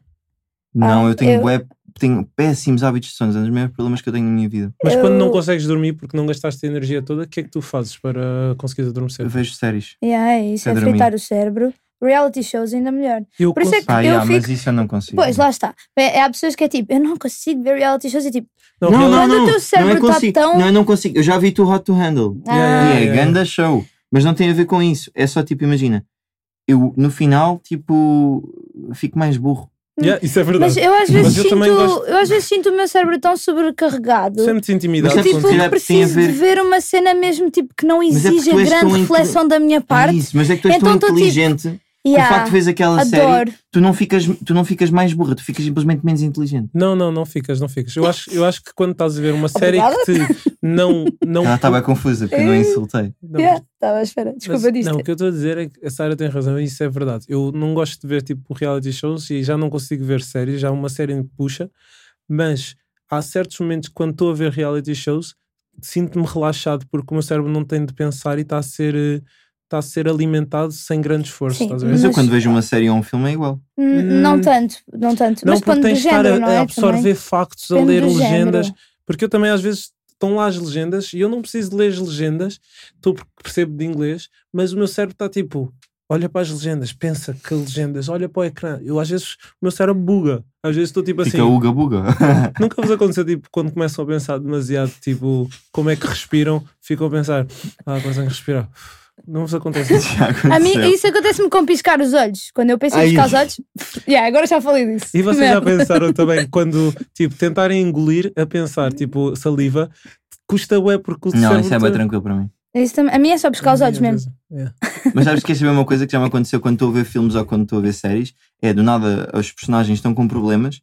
Speaker 3: Não,
Speaker 2: Ah,
Speaker 3: eu tenho,
Speaker 2: eu-
Speaker 3: bué- tenho péssimos hábitos de sono. É um dos maiores problemas que eu tenho na minha vida.
Speaker 1: Mas quando não
Speaker 2: Eu-
Speaker 1: consegues dormir porque não gastaste a energia toda, o que é que tu fazes para conseguir adormecer?
Speaker 3: Eu vejo séries.
Speaker 2: Já, é isso,
Speaker 3: É
Speaker 2: é
Speaker 3: dormir.
Speaker 2: fritar o cérebro. Reality shows ainda melhor.
Speaker 1: Eu
Speaker 2: Por isso é
Speaker 1: consigo-
Speaker 2: que-
Speaker 3: Ah,
Speaker 2: Eu
Speaker 3: yeah, mas
Speaker 2: fico-
Speaker 3: isso eu não consigo.
Speaker 2: Pois, lá está. É, é, há pessoas que é tipo, eu não consigo ver reality shows e tipo,
Speaker 1: Não,
Speaker 3: Não,
Speaker 1: real-
Speaker 3: não,
Speaker 2: Quando o
Speaker 3: não.
Speaker 2: teu cérebro
Speaker 3: não é
Speaker 2: tá
Speaker 3: consigo.
Speaker 2: tão-
Speaker 3: Não, eu não consigo. Eu já vi tu Hot to Handle.
Speaker 2: ah,
Speaker 1: Yeah, yeah,
Speaker 3: e é
Speaker 1: yeah.
Speaker 3: ganda show. Mas não tem a ver com isso. É só tipo, imagina, eu no final, tipo, fico mais burro.
Speaker 1: Yeah, isso é verdade.
Speaker 2: "Ah." mas eu às
Speaker 1: Mas
Speaker 2: vezes
Speaker 1: eu
Speaker 2: sinto,
Speaker 1: também gosto-
Speaker 2: eu às vezes sinto o meu cérebro tão sobrecarregado.
Speaker 1: Sente-se intimidado.
Speaker 3: Mas
Speaker 1: quando
Speaker 3: é
Speaker 2: Tipo,
Speaker 3: porque
Speaker 1: tu-
Speaker 3: tem
Speaker 2: que
Speaker 3: a
Speaker 2: preciso
Speaker 3: ver-
Speaker 2: de ver uma cena mesmo tipo que não
Speaker 3: Mas
Speaker 2: exija
Speaker 3: é porque tu és
Speaker 2: grande
Speaker 3: tão intro-
Speaker 2: reflexão da minha
Speaker 3: É
Speaker 2: parte.
Speaker 3: isso, mas é que tu és
Speaker 2: Então tô,
Speaker 3: tão
Speaker 2: tipo,
Speaker 3: inteligente que o
Speaker 2: Yeah,
Speaker 3: facto de vês aquela série,
Speaker 2: adoro.
Speaker 3: tu não, ficas, tu não ficas mais burra, tu ficas simplesmente menos inteligente.
Speaker 1: Não, não, não ficas, não ficas. Eu acho, eu acho que quando estás a ver uma série
Speaker 2: Obrigada.
Speaker 1: que te não. não
Speaker 3: Ela estava confusa porque eu não
Speaker 2: É.
Speaker 3: insultei.
Speaker 1: não-
Speaker 2: Yeah, Estava à espera, desculpa
Speaker 1: mas-
Speaker 2: disto.
Speaker 1: Não, o que eu estou a dizer é que a Sara tem razão, e isso é verdade. Eu não gosto de ver tipo reality shows e já não consigo ver séries, já uma série me puxa, mas há certos momentos que quando estou a ver reality shows sinto-me relaxado porque o meu cérebro não tem de pensar e está a ser. eh, Está a ser alimentado sem grande esforço,
Speaker 2: Sim,
Speaker 1: estás a ver?
Speaker 3: Mas, eu
Speaker 2: Mas-
Speaker 3: quando vejo uma série ou um filme é igual.
Speaker 2: N-
Speaker 1: Hum.
Speaker 2: Não tanto, não tanto.
Speaker 1: Não,
Speaker 2: mas
Speaker 1: porque
Speaker 2: quando
Speaker 1: tens
Speaker 2: do
Speaker 1: de estar
Speaker 2: género,
Speaker 1: a,
Speaker 2: não
Speaker 1: a
Speaker 2: é?
Speaker 1: absorver
Speaker 2: Também.
Speaker 1: factos, a
Speaker 2: Depende
Speaker 1: ler
Speaker 2: do
Speaker 1: legendas.
Speaker 2: género.
Speaker 1: Porque eu também às vezes estão lá as legendas e eu não preciso de ler as legendas, estou porque percebo de inglês, mas o meu cérebro está tipo, olha para as legendas, pensa que legendas, olha para o ecrã. Eu às vezes o meu cérebro buga. Às vezes estou tipo assim,
Speaker 3: Fica uga-buga.
Speaker 1: (laughs) nunca vos aconteceu tipo quando começam a pensar demasiado, tipo, como é que respiram, ficam a pensar, ah, conseguem respirar. Não vos acontece isso.
Speaker 3: (laughs) Já
Speaker 2: A mim,
Speaker 3: aconteceu.
Speaker 2: isso acontece-me com piscar os olhos. Quando eu penso em
Speaker 3: Ai.
Speaker 2: piscar os olhos, yeah, agora já falei disso.
Speaker 1: E vocês já
Speaker 2: Merda.
Speaker 1: pensaram também quando, tipo, tentarem engolir a pensar, tipo, saliva, custa bué porque o
Speaker 3: Não,
Speaker 1: cérebro
Speaker 3: isso é
Speaker 1: te-
Speaker 3: bem tranquilo para mim.
Speaker 2: Isso também- A minha é só piscar os olhos
Speaker 1: Minha
Speaker 2: mesmo.
Speaker 1: Deus. É.
Speaker 3: Mas sabes que é saber uma coisa que já me aconteceu quando estou a ver filmes ou quando estou a ver séries? É do nada os personagens estão com problemas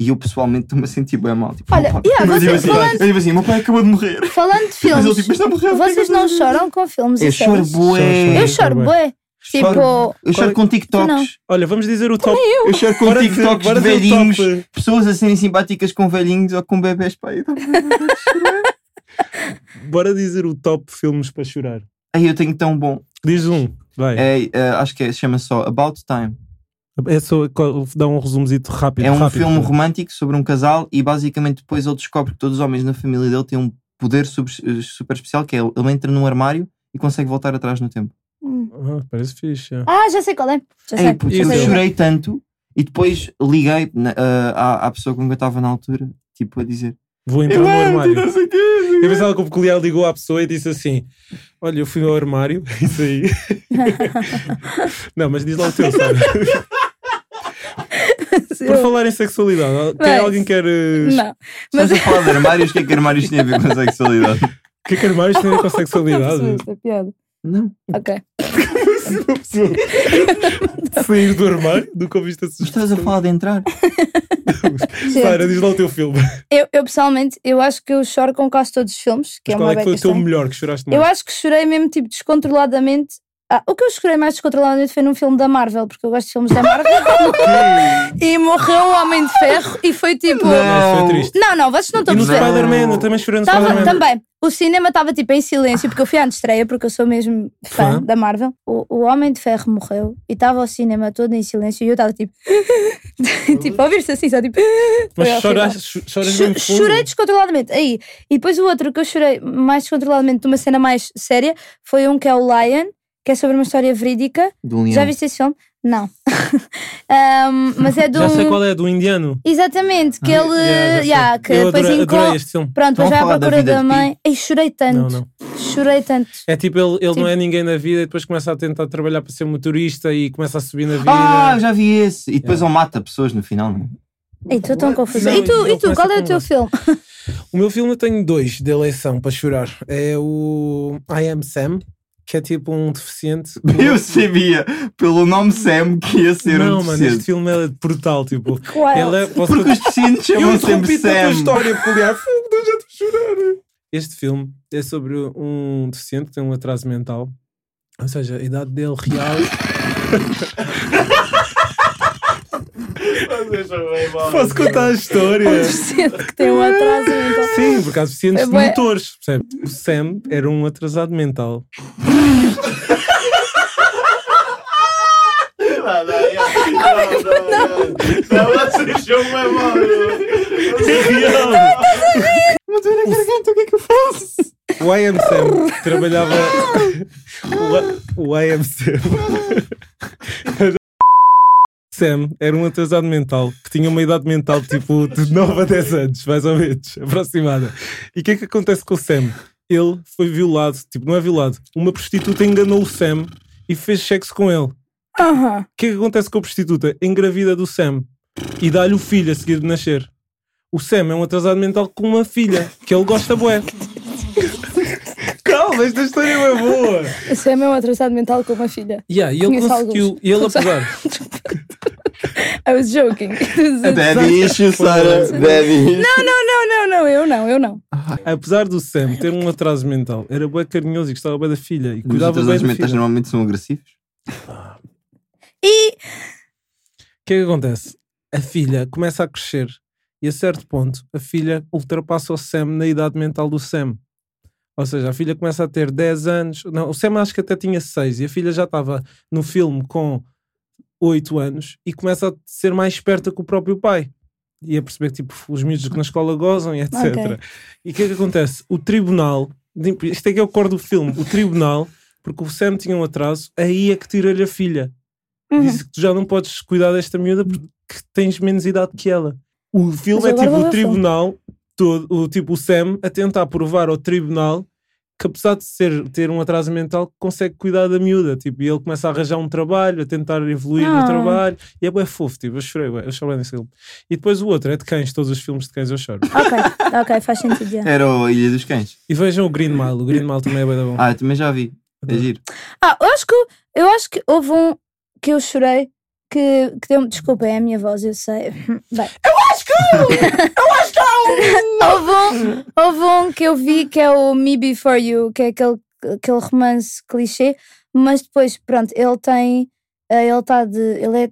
Speaker 3: e eu pessoalmente estou-me a sentir bem mal. Tipo,
Speaker 2: Olha,
Speaker 3: "Opa."
Speaker 2: yeah,
Speaker 3: eu digo
Speaker 2: vocês
Speaker 3: assim,
Speaker 2: falando-
Speaker 3: eu digo assim, meu pai acabou de morrer.
Speaker 2: Falando de
Speaker 3: Mas ele
Speaker 2: filmes,
Speaker 3: tipo, mas não morreu.
Speaker 2: vocês não choram com filmes
Speaker 3: Eu
Speaker 2: e
Speaker 3: choro
Speaker 2: séries?
Speaker 1: Choro,
Speaker 3: bué.
Speaker 2: Eu choro,
Speaker 1: Também.
Speaker 2: bué. Tipo,
Speaker 3: Eu choro com TikToks.
Speaker 1: Olha, vamos dizer o top.
Speaker 3: Eu choro com
Speaker 1: Bora dizer-
Speaker 3: TikToks
Speaker 1: bora
Speaker 3: de
Speaker 1: dizer o
Speaker 3: velhinhos.
Speaker 1: top.
Speaker 3: Pessoas a serem simpáticas com velhinhos ou com bebés pai.
Speaker 1: eh, Bora dizer o top filmes para chorar.
Speaker 3: Aí eu tenho tão bom.
Speaker 1: Diz um, vai. É,
Speaker 3: É, é, acho que é- chama só About Time.
Speaker 1: só co- dá um resumozito rápido.
Speaker 3: É um
Speaker 1: rápido.
Speaker 3: filme romântico sobre um casal e basicamente depois ele descobre que todos os homens na família dele têm um poder sub- super especial que é ele entra num armário e consegue voltar atrás no tempo.
Speaker 2: não.
Speaker 1: Ah, parece fixe. é.
Speaker 2: Ah, já sei qual é. Já sei.
Speaker 3: Ei, puto,
Speaker 1: Isso é
Speaker 3: eu
Speaker 1: bom.
Speaker 3: chorei tanto e depois liguei na- ah, à, à pessoa com que eu estava na altura, tipo, a dizer
Speaker 1: Vou entrar no
Speaker 3: assim.
Speaker 1: armário. Eu pensava que o peculiar ligou à pessoa e disse assim: Olha, eu fui ao armário, (laughs) isso aí. não, mas diz lá o teu, sabe? (laughs) Por falar em sexualidade, quem,
Speaker 2: Vai.
Speaker 1: alguém quer. eh,
Speaker 2: Não.
Speaker 1: (laughs)
Speaker 2: Mas
Speaker 3: Estás a falar de armários? O que é que armários têm a ver com a sexualidade?
Speaker 1: Quem quer mais tem a ver (laughs) com sexualidade?
Speaker 2: Não percebi esta piada.
Speaker 3: Não.
Speaker 2: Ok.
Speaker 1: Sair do armário? Nunca ouviste essa
Speaker 3: Mas estás a falar de entrar?
Speaker 1: Sara, diz lá o teu filme.
Speaker 2: Eu, eu pessoalmente, eu acho que eu choro com quase todos os filmes, que
Speaker 1: Mas
Speaker 2: é
Speaker 1: qual
Speaker 2: uma
Speaker 1: é que
Speaker 2: beca
Speaker 1: foi o teu
Speaker 2: estranha.
Speaker 1: melhor que choraste mais?
Speaker 2: Eu acho que chorei mesmo tipo descontroladamente. Ah, o que eu chorei mais descontroladamente foi num filme da Marvel, porque eu gosto de filmes
Speaker 1: (laughs)
Speaker 2: da Marvel. e morreu o Homem de Ferro e foi tipo.
Speaker 1: Não, isso foi triste.
Speaker 2: Não, não, vocês não estão a
Speaker 1: E no
Speaker 2: perceber.
Speaker 1: Spider-Man, eu também chorei no
Speaker 2: Tava,
Speaker 1: Spider-Man.
Speaker 2: também. O cinema estava tipo em silêncio, porque eu fui à estreia, porque eu sou mesmo fã,
Speaker 1: Fã?
Speaker 2: da Marvel. O, o Homem de Ferro morreu e estava o cinema todo em silêncio e eu estava tipo. (laughs) tipo, a ouvir-se assim, só tipo. (laughs) Foi horrível.
Speaker 1: Mas choras, cho- choras
Speaker 2: Cho-
Speaker 1: mesmo fundo.
Speaker 2: chorei descontroladamente. Aí. E depois o outro que eu chorei mais descontroladamente, de uma cena mais séria, foi um que é o Lion, que é sobre uma história verídica.
Speaker 3: Do leão.
Speaker 2: Já viste esse filme? Não. (laughs) Ahm, mas é de
Speaker 1: Já sei
Speaker 2: um.
Speaker 1: qual é, do indiano.
Speaker 2: Exatamente, que
Speaker 1: Ah,
Speaker 2: ele.
Speaker 1: já sei.
Speaker 2: yeah, que
Speaker 1: eu
Speaker 2: depois
Speaker 1: adorei,
Speaker 2: encolhe.
Speaker 1: adorei este filme.
Speaker 2: Pronto,
Speaker 3: Vão
Speaker 2: mas vai à
Speaker 3: falar da
Speaker 2: procura
Speaker 3: vida
Speaker 2: da
Speaker 3: de
Speaker 2: mãe. Ei, chorei tanto.
Speaker 1: Não, não.
Speaker 2: Chorei tanto.
Speaker 1: É tipo, ele, ele
Speaker 2: Sim.
Speaker 1: não é ninguém na vida e depois começa a tentar trabalhar para ser motorista e começa a subir na vida.
Speaker 3: Ah, eu já vi esse. E depois ele mata pessoas no final. não é?
Speaker 2: Ei, estou tão confusa.
Speaker 1: Não,
Speaker 2: e tu,
Speaker 1: ele
Speaker 2: e tu
Speaker 1: começa
Speaker 2: qual é o
Speaker 1: com
Speaker 2: teu
Speaker 1: um-
Speaker 2: filme?
Speaker 1: O meu filme eu tenho dois de eleição para chorar. É o I Am Sam, que é tipo um deficiente.
Speaker 3: Eu sabia pelo nome Sam que ia ser
Speaker 1: não,
Speaker 3: um
Speaker 1: mano, este
Speaker 3: deficiente.
Speaker 1: filme é brutal. Tipo,
Speaker 2: Qual?
Speaker 1: ele (laughs) é. posso-
Speaker 3: Porque os deficientes
Speaker 1: eu
Speaker 3: chamam
Speaker 1: interrompi
Speaker 3: sempre
Speaker 1: a tua
Speaker 3: Sam.
Speaker 1: história, (laughs) Poliar. Fogo, eu já estou a um chorar. Este filme é sobre um deficiente que tem um atraso mental. Ou seja, a idade dele real. (laughs) Posso contar a história?
Speaker 2: Um deficiente que tem um atraso mental.
Speaker 1: Sim, porque há deficientes
Speaker 2: É
Speaker 1: de
Speaker 2: bué.
Speaker 1: motores, percebe? O Sam era um atrasado mental.
Speaker 4: é assim, tá
Speaker 3: Mas eu na garganta, o que é que eu faço?
Speaker 1: O I Am Sam trabalhava. o, I- o I Am Sam. Sam era um atrasado mental que tinha uma idade mental tipo de 9 a 10 anos, mais ou menos, aproximada. E o que é que acontece com o Sam? Ele foi violado, tipo, não é violado. Uma prostituta enganou o Sam e fez sexo com ele.
Speaker 2: Aham.
Speaker 1: O que é que acontece com a prostituta? Engravida do Sam e dá-lhe o filho a seguir de nascer. O Sam é um atrasado mental com uma filha que ele gosta bué. Calma, esta história não é boa.
Speaker 2: Esse é meu atrasado mental com uma filha.
Speaker 1: Yeah, e ele
Speaker 2: Conheço
Speaker 1: conseguiu,
Speaker 2: alguns.
Speaker 1: e ele apesar.
Speaker 2: I was joking. (laughs)
Speaker 3: É Daddy issue, Sara. Daddy issue.
Speaker 2: não, não, não, não, não, eu não, eu não.
Speaker 1: Apesar do Sam ter um atraso mental, era bué carinhoso e gostava bem da filha e
Speaker 3: Os
Speaker 1: cuidava bem
Speaker 3: atrasados
Speaker 1: da
Speaker 3: mentais
Speaker 1: filha.
Speaker 3: normalmente são agressivos.
Speaker 2: E
Speaker 1: O que é que acontece? A filha começa a crescer e a certo ponto a filha ultrapassa o Sam na idade mental do Sam. Ou seja, a filha começa a ter 10 anos. Não, o Sam acho que até tinha 6 e a filha já estava no filme com 8 anos e começa a ser mais esperta que o próprio pai. E a perceber que tipo, os miúdos que na escola gozam e etc.
Speaker 2: Ok.
Speaker 1: E o que é que acontece? O tribunal, isto é que é o cor do filme, o tribunal, porque o Sam tinha um atraso, aí é que tira-lhe a filha
Speaker 2: Uhum.
Speaker 1: disse que tu já não podes cuidar desta miúda porque tens menos idade que ela. O filme
Speaker 2: Mas
Speaker 1: é
Speaker 2: agora
Speaker 1: tipo
Speaker 2: vou
Speaker 1: o
Speaker 2: ver
Speaker 1: tribunal, todo, o tipo o Sam a tentar provar ao tribunal que apesar de ser, ter um atraso mental, consegue cuidar da miúda, tipo, e ele começa a arranjar um trabalho, a tentar evoluir
Speaker 2: Ah.
Speaker 1: no trabalho, e é bem fofo, tipo, eu chorei, bué, eu chorei nesse filme. E depois o outro é de cães, todos os filmes de cães eu choro.
Speaker 2: ok, ok, faz sentido. já.
Speaker 3: Era o Ilha dos Cães.
Speaker 1: E vejam o Green Mile, o Green Mile também é bem da bom.
Speaker 3: Ah, eu também já vi. É giro.
Speaker 2: Ah, eu acho que eu acho que houve um que eu chorei que, que deu-me. Desculpa, é a minha voz, eu sei. (laughs) Bem. Eu um! acho que! Eu acho que! (laughs) houve, um, houve um que eu vi que é o Me Before You, que é aquele, aquele romance clichê, mas depois, pronto, ele tem. eh, Ele está de. Ele é.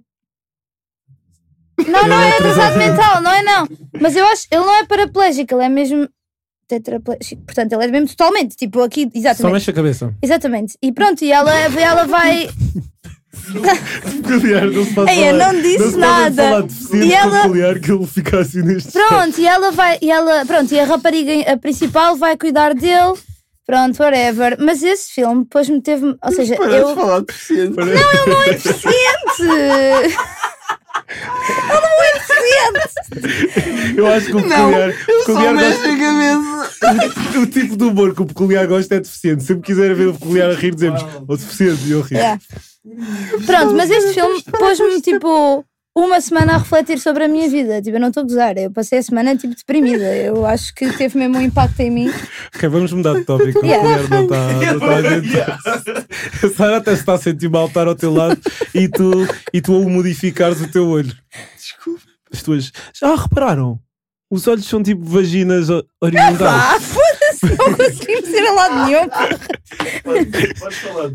Speaker 2: Não, não é atrasado mental, não é não. Mas eu acho. Ele não é paraplégico, ele é mesmo tetraplégico. Portanto, ele é mesmo totalmente. Tipo, aqui,
Speaker 1: Só
Speaker 2: exatamente.
Speaker 1: mexe a cabeça.
Speaker 2: Exatamente. E pronto, e ela, ela vai. Ei, eu não disse nada. E ela-
Speaker 1: que ele fica assim neste
Speaker 2: Pronto, e ela vai. E ela, pronto, e a rapariga a principal vai cuidar dele. Pronto, whatever. Mas esse filme depois me teve. Ou seja, eu.
Speaker 3: falar de deficiente.
Speaker 2: Não é (laughs) eficiente! Ela não é eficiente!
Speaker 1: Eu acho que o peculiar, peculiar gosta-
Speaker 3: cabeça.
Speaker 1: o tipo de humor que o peculiar gosta é deficiente. Sempre quiser ver o peculiar a rir, dizemos o deficiente e eu rir.
Speaker 2: Yeah. Pronto, mas esse filme pôs-me tipo. Uma semana a refletir sobre a minha vida, tipo, eu não estou a gozar, eu passei a semana tipo deprimida, eu acho que teve mesmo um impacto em mim.
Speaker 1: Ok, vamos mudar de tópico. O
Speaker 2: Yeah.
Speaker 1: peculiar não
Speaker 2: (laughs)
Speaker 1: está não tá a tentar. A (laughs) Sara até se está a sentir mal estar ao teu lado e tu, e tu a modificares o teu olho.
Speaker 3: Desculpa.
Speaker 1: As tuas. Já repararam? Os olhos são tipo vaginas o- horizontais.
Speaker 2: (laughs) Ah, foda-se, não conseguimos ir a lado nenhum.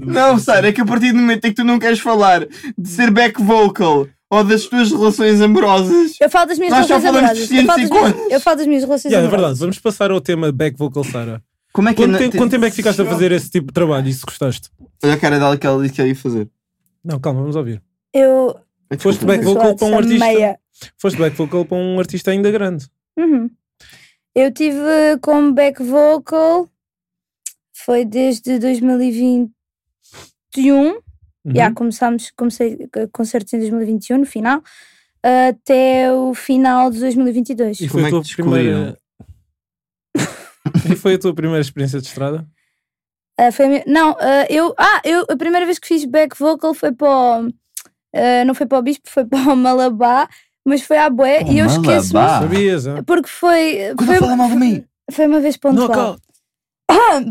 Speaker 3: Não, Sara, é que a partir do momento em que tu não queres falar de ser back vocal ou das tuas relações amorosas,
Speaker 2: Eu falo das minhas
Speaker 3: Nós já
Speaker 2: relações
Speaker 3: falamos
Speaker 2: amorosas.
Speaker 3: de
Speaker 2: Eu falo das
Speaker 3: ciência e
Speaker 2: minhas, eu falo das minhas relações
Speaker 1: Yeah, é verdade,
Speaker 2: amorosas.
Speaker 1: vamos passar ao tema back vocal Sara.
Speaker 3: Como é que
Speaker 1: Quanto,
Speaker 3: eu não-
Speaker 1: tempo, quanto tempo é que ficaste a fazer esse tipo de trabalho e se gostaste?
Speaker 3: Olha a cara dela que ela disse que ela ia fazer. É tipo,
Speaker 1: Não, calma, vamos ouvir.
Speaker 2: Eu.
Speaker 1: Foste
Speaker 3: Desculpa.
Speaker 1: Black vocal
Speaker 2: Vou
Speaker 1: para um
Speaker 2: essa
Speaker 1: artista.
Speaker 2: meia.
Speaker 1: Foste back vocal para um artista ainda grande.
Speaker 2: Uhum. Eu tive como back vocal foi desde 2021.
Speaker 1: Uhum.
Speaker 2: Já um. começámos, comecei concertos em 2021, no final, até o final de 2022.
Speaker 1: E foi
Speaker 3: Como é
Speaker 1: a
Speaker 3: que
Speaker 1: tua
Speaker 3: te
Speaker 1: primeira. (laughs) e foi a tua primeira experiência de estrada?
Speaker 2: Ah, foi a minha- não, ah, eu, ah, eu a primeira vez que fiz back vocal foi para o- ah, não foi para o Bispo, foi (laughs) para o Malabá, mas foi à Boé
Speaker 3: Pô,
Speaker 2: e eu esqueço-me
Speaker 3: Malabá.
Speaker 1: Sabias? ah?
Speaker 2: porque foi
Speaker 3: Quando
Speaker 2: foi,
Speaker 3: eu falar mal de mim.
Speaker 2: foi uma vez pontual. Ah,
Speaker 1: Knockout.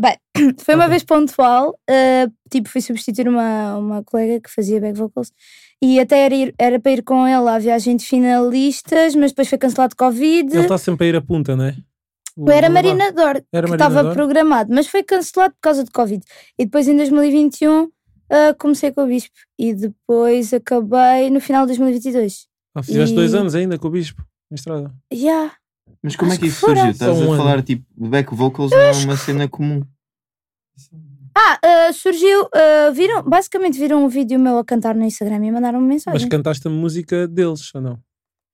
Speaker 2: Bem, (coughs) foi uma
Speaker 1: Ok.
Speaker 2: vez pontual, ah, tipo, fui substituir uma, uma colega que fazia back vocals e até era, ir- era para ir com ela à viagem de finalistas, mas depois foi cancelado de Covid.
Speaker 1: Ele está sempre a ir à punta, não é? O-
Speaker 2: Era
Speaker 1: o-
Speaker 2: Marinador,
Speaker 1: Era
Speaker 2: que
Speaker 1: Marina
Speaker 2: estava
Speaker 1: Dor?
Speaker 2: programado, mas foi cancelado por causa de Covid. E depois em 2021 ah, comecei com o Bispo e depois acabei no final de 2022.
Speaker 1: Ah, fizeste
Speaker 2: E-
Speaker 1: dois anos ainda com o Bispo, na estrada.
Speaker 2: Yeah.
Speaker 3: Mas como é
Speaker 2: Acho
Speaker 3: que
Speaker 2: que
Speaker 3: isso surgiu?
Speaker 2: foram.
Speaker 3: Estás
Speaker 1: Só um
Speaker 3: a
Speaker 1: ano.
Speaker 3: falar tipo de back vocals não é uma cena comum.
Speaker 2: Ah, ah, surgiu, ah, viram, basicamente viram um vídeo meu a cantar no Instagram e mandaram-me
Speaker 1: Mas
Speaker 2: mensagem.
Speaker 1: cantaste a música deles, ou não?